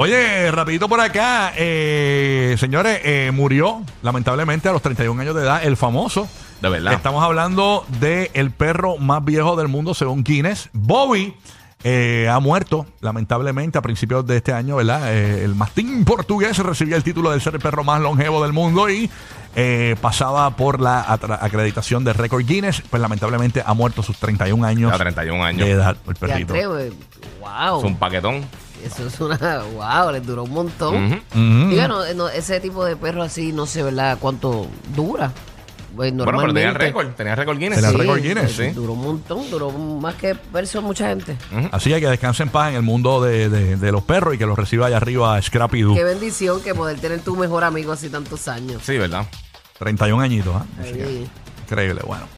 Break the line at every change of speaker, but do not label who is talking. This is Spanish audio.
Oye, rapidito por acá, eh, señores, eh, murió lamentablemente a los 31 años de edad el famoso.
De verdad.
Estamos hablando de el perro más viejo del mundo según Guinness. Bobby eh, ha muerto lamentablemente a principios de este año, ¿verdad? Eh, el mastín portugués recibía el título de ser el perro más longevo del mundo y eh, pasaba por la atra- acreditación de récord Guinness. Pues lamentablemente ha muerto a sus 31 años,
A 31 años.
de edad el
Ya
perrito.
creo, eh, wow.
Es un paquetón.
Eso es una. Wow, les duró un montón.
Ujú.
Digo, no, no, ese tipo de perro así, no sé, ¿verdad? ¿Cuánto dura? Pues,
Bueno, pero tenía el
normalmente-
récord. Tenía el récord Guinness.
Tenía el
Sí,
récord Guinness.
eh,
Sí.
Duró un montón, duró más que verso mucha gente.
Así que que descanse en paz en el mundo de, de- de los perros y que los reciba allá arriba Scrappy Doo.
Qué bendición que poder tener tu mejor amigo así tantos años.
Sí, ¿verdad?
31 añitos, ¿ah? Así que,
Ahí.
Increíble, bueno.